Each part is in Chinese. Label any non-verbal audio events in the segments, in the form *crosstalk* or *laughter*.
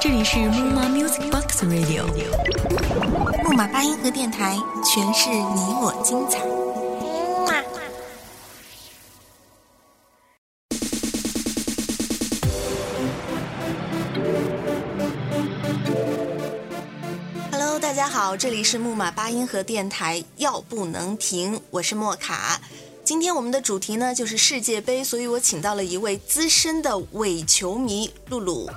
这里是木马 Music Box Radio，木马八音盒电台，诠释你我精彩。Hello，大家好，这里是木马八音盒电台，药不能停，我是莫卡。今天我们的主题呢就是世界杯，所以我请到了一位资深的伪球迷露露。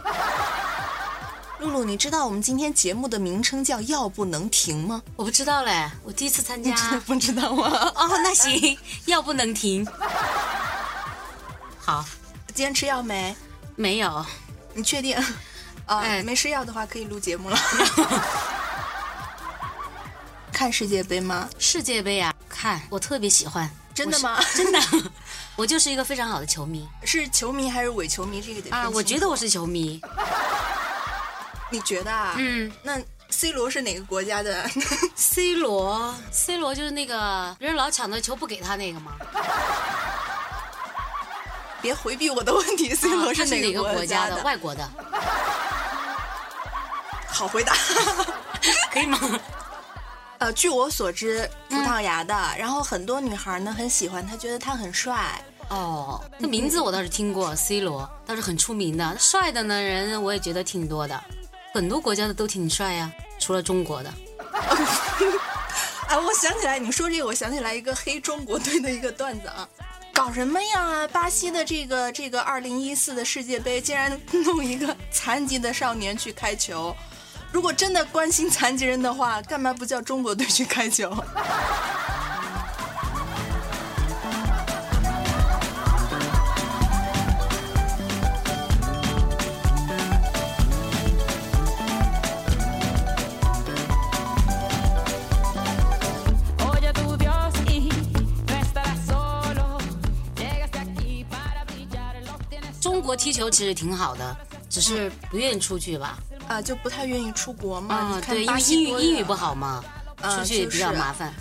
露露，你知道我们今天节目的名称叫“药不能停”吗？我不知道嘞，我第一次参加。 *laughs* 不知道吗？哦，那行，药不能停。好，今天吃药没？没有，你确 *laughs* 定？啊、哎没吃药的话可以录节 *laughs* 目了。看世界杯吗？世界杯啊，看我特别喜欢。真的我是吗真的， *laughs* 我就是一个非常好的球迷是球迷还是伪球迷？这个得啊！分我清觉得楚我是球迷。你觉得啊？嗯那 C 罗是哪个国家的？ *laughs* ，C 罗，C 罗就是那个 *laughs* 别人老抢到球不给他那个吗？别回避我的问题，C 啊罗他是哪哪个国国家的？外国的，好回答。 *laughs* 可以吗？呃，据我所知，葡萄牙的。嗯然后很多女孩呢很喜欢他，觉得他很帅。哦，这名字我倒是听过，C 罗倒是很出名的，帅的呢人我也觉得挺多的，很多国家的都挺帅呀、除了中国的。哎，我想起来，你说这个，我想起来一个黑中国队的一个段子啊。搞什么呀？巴西的这个这个二零一四的世界杯，竟然弄一个残疾的少年去开球。如果真的关心残疾人的话，干嘛不叫中国队去开 *laughs* 球？ Oye tu Dios y no estarás solo. Llegaste aquí para brillar, lo tienes 中国踢球其实挺好的，只是不愿意出去吧。啊，就不太愿意出国嘛。啊、你看对，因巴为西英语多英热语不好嘛，啊出去也比较麻烦。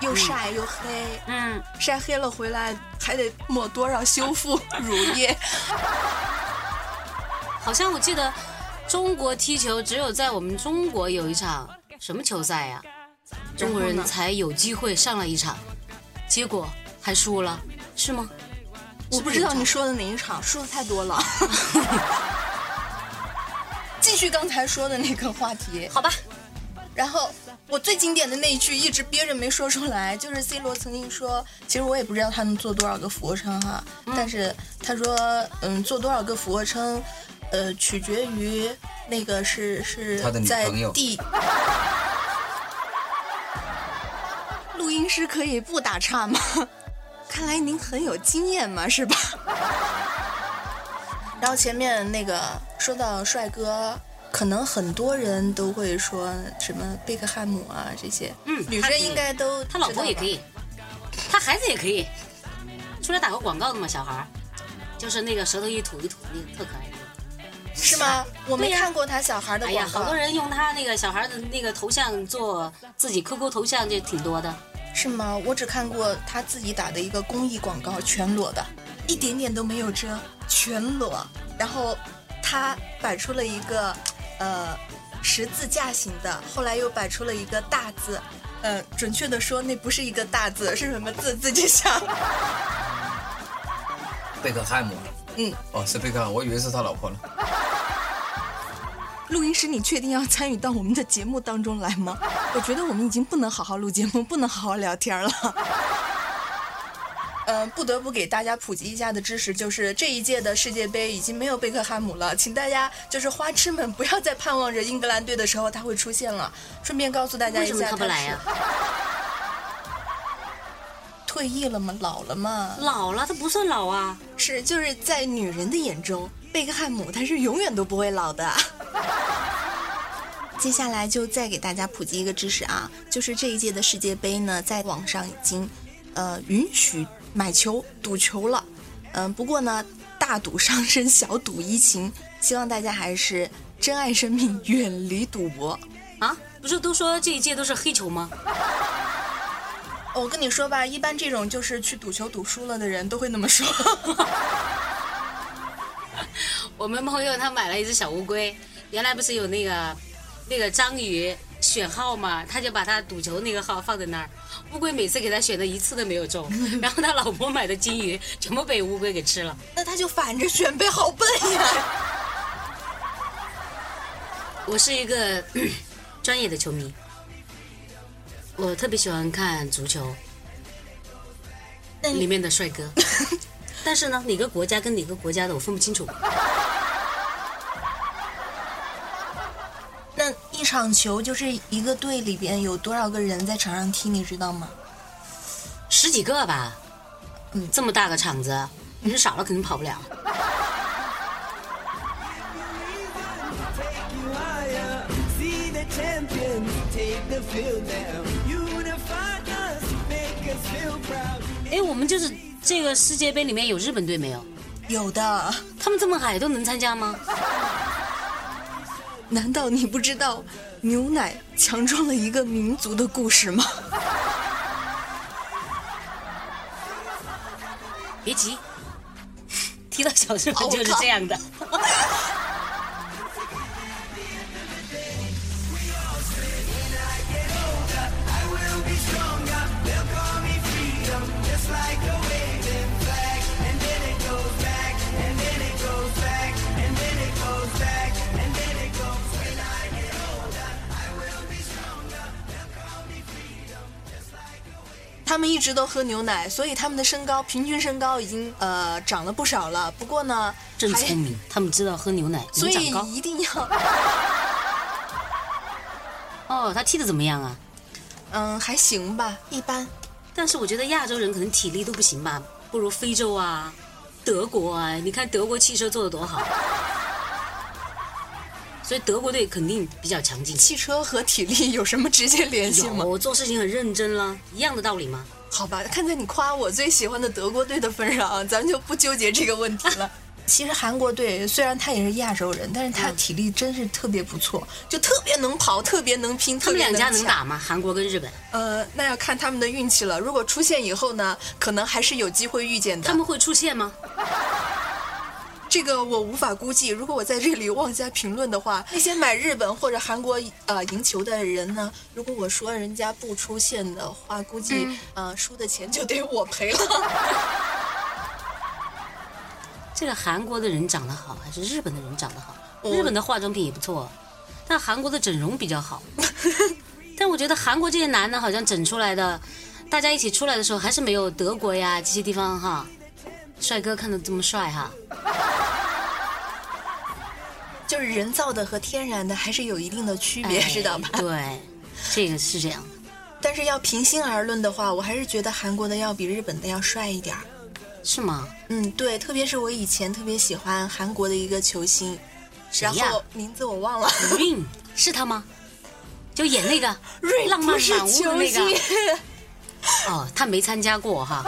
又晒又黑，嗯，晒黑了回来还得抹多少修复乳液？好像我记得中国踢球只有在我们中国有一场什么球赛呀、中国人呢才有机会上了一场，结果还输了，是吗？我是不不是知道有你说的哪一场，说的太多了。 *laughs* 继续刚才说的那个话题，好吧，然后我最经典的那一句一直憋着没说出来，就是 C 罗曾经说，其实我也不知道他能做多少个俯卧撑哈，但是他说，嗯，做多少个俯卧撑，呃，取决于那个是是他的女在朋友 *laughs* 第。录音师可以不打岔吗？看来您很有经验嘛，是吧？ *laughs* 然后前面那个说到帅哥，可能很多人都会说什么贝克汉姆啊这些，嗯女他生可以应该都他老婆也可知以，他孩子也可以，出来打过广告的嘛，小孩儿，就是那个舌头一吐一吐，那个特可爱的。道吧是吗？我没对呀看过他小孩的哎广告，呀，好多人用他那个小孩的那个头像做自己 QQ 头像，这挺多的。是吗？我只看过他自己打的一个公益广告，全裸的，一点点都没有遮，全裸。然后他摆出了一个呃十字架形的，后来又摆出了一个大字，呃，准确的说那不是一个大字，是什么字自己想。贝克汉姆。嗯，哦，是贝克汉姆，我以为是他老婆呢。录音师，你确定要参与到我们的节目当中来 *laughs* 吗？我觉得我们已经不能好好录节目，不能好好聊天了。 *laughs* 呃，不得不给大家普及一下的知识就是，这一届的世界杯已经没有贝克汉姆了，请大家就是花痴们不要再盼望着英格兰队的时候他会出现了。顺便告诉大家为一什么下，他不来呀、退役了吗？老了吗？老了，他不算老啊。是，就是在女人的眼中，贝克汉姆他是永远都不会老的。 *laughs* 接下来就再给大家普及一个知识啊，就是这一届的世界杯呢，在网上已经，呃，允许买球赌球了。嗯、不过呢，大赌伤身，小赌怡情，希望大家还是珍爱生命，远离赌博。啊，不是都说这一届都是黑球吗？哦我跟你说吧，一般这种就是去赌球赌输了的人都会那么说。我们朋友他买了一只小乌龟，原来不是有那个那个章鱼选号嘛，他就把他赌球那个号放在那儿，乌龟每次给他选的一次都没有 *laughs* 中，然后他老婆买的金鱼全部被乌龟给吃了。 *laughs* 那他就反着选呗，好笨呀！我是一个 *coughs* 专业的球迷，我特别喜欢看足球 *laughs* 那里你面的帅 *laughs* 哥，但是呢，哪个国家跟哪个国家的我分不清楚。那一场球就是一个队里边有多少个人在场上踢，你知道吗？十几个吧，嗯这么大个场子，人少了肯定跑不了。 you higher. See the champions take the field now. Unify us, make us feel proud. 哎，我们就是这个世界杯里面有日本队没有？有的， *laughs* 他们这么矮都能参加吗？难道你不知道牛奶强壮了一个民族的故事吗？ *laughs* 别急， *laughs* 提到小日哦本我就是靠这样的。他们一直都喝牛奶，所以他们的身高平均身高已经呃长了不少了。不过呢，真还聪明，他们知道喝牛奶所能以长高。一定要哦，他踢的怎么样啊？嗯还行吧，一般。但是我觉得亚洲人可能体力都不行吧，不如非洲啊、德国啊。你看德国汽车做的多好，所以德国队肯定比较强劲。汽车和体力有什么直接联系吗？有做事情很认真啦，一样的道理吗？好吧，看在你夸我最喜欢的德国队的份上啊，咱们就不纠结这个问题了。 *laughs* 其实韩国队虽然他也是亚洲人，但是他体力真是特别不错，就特别能跑，特别能拼，他特们别两家能抢。打吗？韩国跟日本，呃，那要看他们的运气了。如果出现以后呢，可能还是有机会遇见的。他们会出现吗？这个我无法估计。如果我在这里妄加评论的 *laughs* 话，那些买日本或者韩国呃赢球的人呢，如果我说人家不出现的话，估计、呃输的钱就得我赔了。这个韩国的人长得好，还是日本的人长得好？我日本的化妆品也不错，啊但韩国的整容比 *laughs* 较好。但我觉得韩国这些男的，好像整出来的，大家一起出来的时候，还是没有德国呀这些地方哈，帅哥看的这么帅哈。就是人造的和天然的还是有一定的区别，*laughs* 哎知道吧？对，这个是这样的。但是要平心而论的话，我还是觉得韩国的要比日本的要帅一点儿。是吗？嗯，对，特别是我以前特别喜欢韩国的一个球星，谁然呀后名字我 *laughs* 忘了。韵是他吗？就演那个瑞浪漫不是满屋的球那星， *laughs* 个哦，他没参加过哈。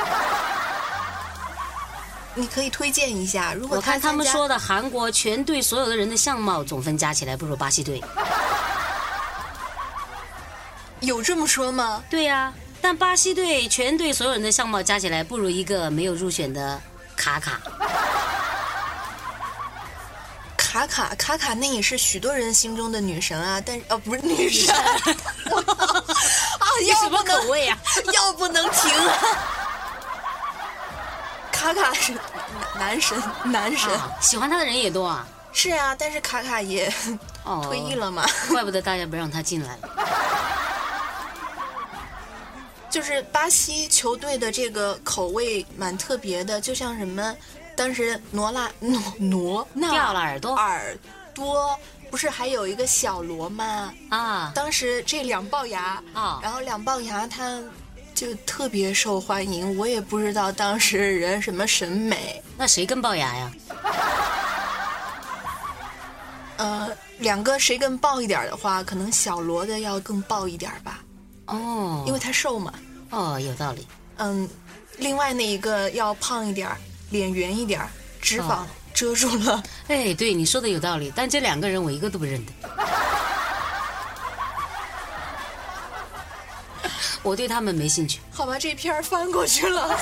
你可以推荐一下。如果我看他他们参加说的韩国全队所有的人的相貌总分加起来不如巴西队。有这么说吗？对呀、但巴西队全队所有人的相貌加起来不如一个没有入选的卡卡。卡卡卡卡，那也是许多人心中的女神啊，但是哦，不是女 *laughs* 神，我啊， *laughs* 你要什不么口能味啊？ *laughs* 要不能停啊！卡卡是男神，男神啊喜欢他的人也多啊。是啊，但是卡卡也哦，退役，了嘛，怪不得大家不让他 *laughs* 进来。就是巴西球队的这个口味蛮特别的，就像什么，当时罗纳罗罗纳掉了耳朵耳朵，不是还有一个小罗吗？啊，当时这两龅牙啊然后两龅牙他就特别受欢迎，我也不知道当时人什么审美，那谁更龅牙呀？呃，两个谁更爆一点的话，可能小罗的要更爆一点吧，哦，因为他瘦嘛，哦有道理。嗯，另外那一个要胖一点儿，脸圆一点儿，脂肪哦遮住了。哎，对你说的有道理，但这两个人我一个都不 *laughs* 认得。我对他们没兴趣。好吧，这篇儿翻过去了。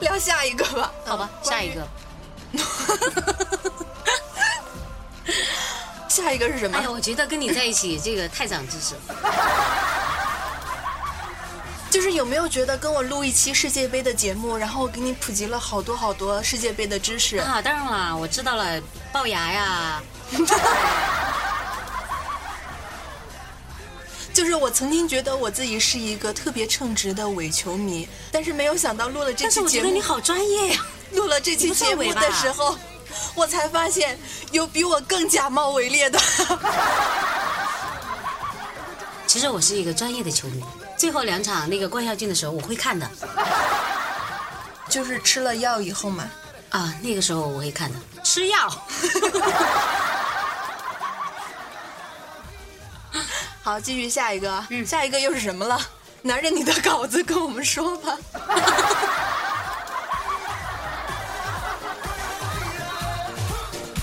聊下一个吧。好吧，嗯下一。个。关于下一个是什么？哎呀，我觉得跟你在一起 *laughs* 这个太长知识了。就是有没有觉得跟我录一期世界杯的节目，然后给你普及了好多好多世界杯的知识？啊，当然啦，我知道了，龅牙呀，就是我曾经觉得我自己是一个特别称职的伪球迷，但是没有想到录了这但是期我觉节得你目，好专业呀、录了这期节目的时候，我才发现有比我更假冒伪劣的。 *laughs* 其实我是一个专业的球迷，最后两场那个冠亚军的时候我会看的就是吃了药以后嘛，啊，那个时候我会看的，吃 *laughs* 药。好，继续下一个，嗯下一个又是什么了？拿着你的稿子跟我们说吧。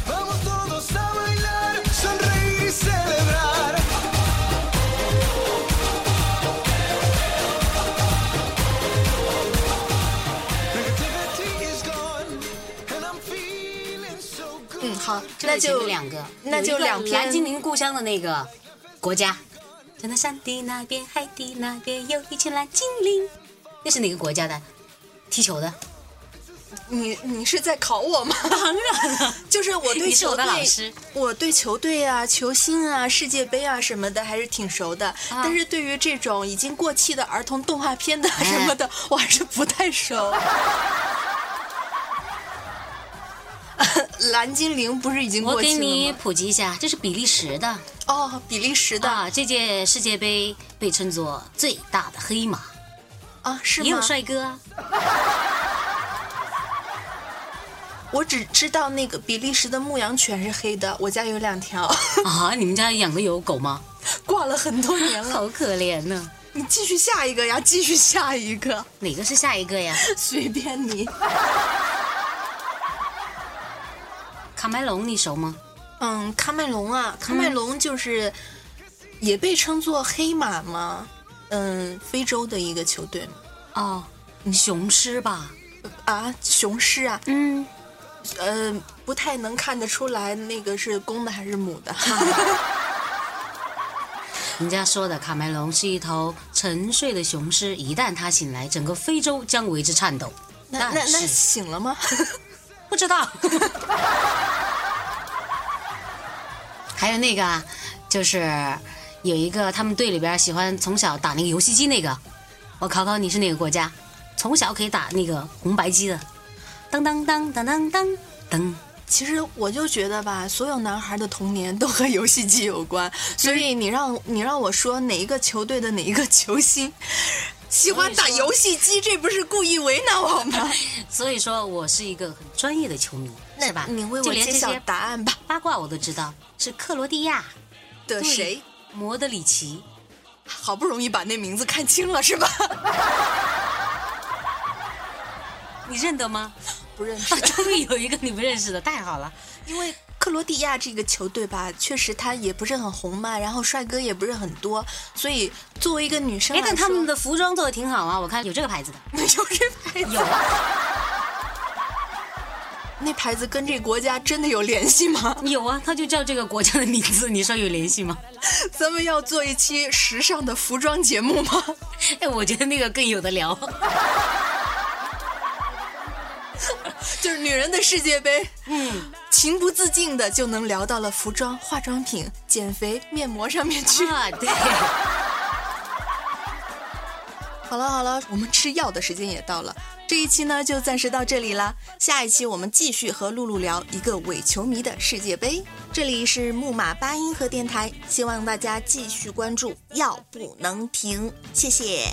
Vamos todos a bailar, sonreír y celebrar. Negativity is gone, and I'm feeling so good. 嗯，好，这那里前就面两个，那就有一个两篇蓝精灵故乡的那个国家，在那山的那边，海的那边有一群蓝精灵，那是哪个国家的？踢球的，你你是在考我吗？当然了， *laughs* 就是我对你是球我的队，老师我对球队啊、球星啊、世界杯啊什么的还是挺熟的，啊但是对于这种已经过气的儿童动画片的哎什么的，我还是不太熟。 *laughs* 蓝精灵不是已经我过给气你了吗？普及一下，这是比利时的哦，比利时的啊啊，这届世界杯被称作最大的黑马，是也有吗？帅哥啊。我只知道那个比利时的牧羊犬是黑的，我家有两条， *laughs* 啊，你们家养的有狗吗？挂了很多年 *laughs* 了。好可怜呢。你继续下一个呀，继续下一个。哪个是下一个呀？ *laughs* 随便你。卡梅隆，你熟吗？嗯，喀麦隆啊，喀麦隆就是也被称作黑马嘛，嗯，非洲的一个球队嘛。哦，雄狮吧。啊，雄狮啊，嗯，呃，不太能看得出来那个是公的还是母 *laughs* 的。人家说的卡梅隆是一头沉睡的雄狮，一旦它醒来，整个非洲将为之颤抖。那那但那是醒了吗？ *laughs* 不知道。 *laughs* 还有那个啊，就是有一个他们队里边喜欢从小打那个游戏机那个，我考考你是哪个国家？从小可以打那个红白机的，当当当当当当当。其实我就觉得吧，所有男孩的童年都和游戏机有关，所以你让你让我说哪一个球队的哪一个球星喜欢打游戏机，这不是故意为难我吗？所以说我是一个很专业的球迷，是吧？嗯你为就我连揭这晓些答案吧。八卦我都知道，是克罗地亚的啊对呃谁？摩德里奇。好不容易把那名字看清了是 *laughs* 吧？你认 *laughs* 得吗？不认识啊，终于有一个你不认识的，太好了。因为克罗地亚这个球队吧，确实他也不是很红嘛，然后帅哥也不是很多，所以作为一个女生哎来，说，但他们的服装做的挺好啊，我看有这个牌子的。 *laughs* 没有这牌子，有啊， *laughs* 那牌子跟这国家真的有联系吗？ *laughs* 有啊，他就叫这个国家的名字，你说有联系吗？咱们要做一期时尚的服装节目吗？ *laughs* *laughs* 哎，我觉得那个更有的聊。就是女人的世界杯，嗯，情不自禁的就能聊到了服装、化妆品、减肥、面膜上面去。啊，对，好了好了，我们吃药的时间也到了，这一期呢就暂时到这里啦。下一期我们继续和露露聊一个伪球迷的世界杯。这里是木马八音盒电台，希望大家继续关注，药不能停，谢谢。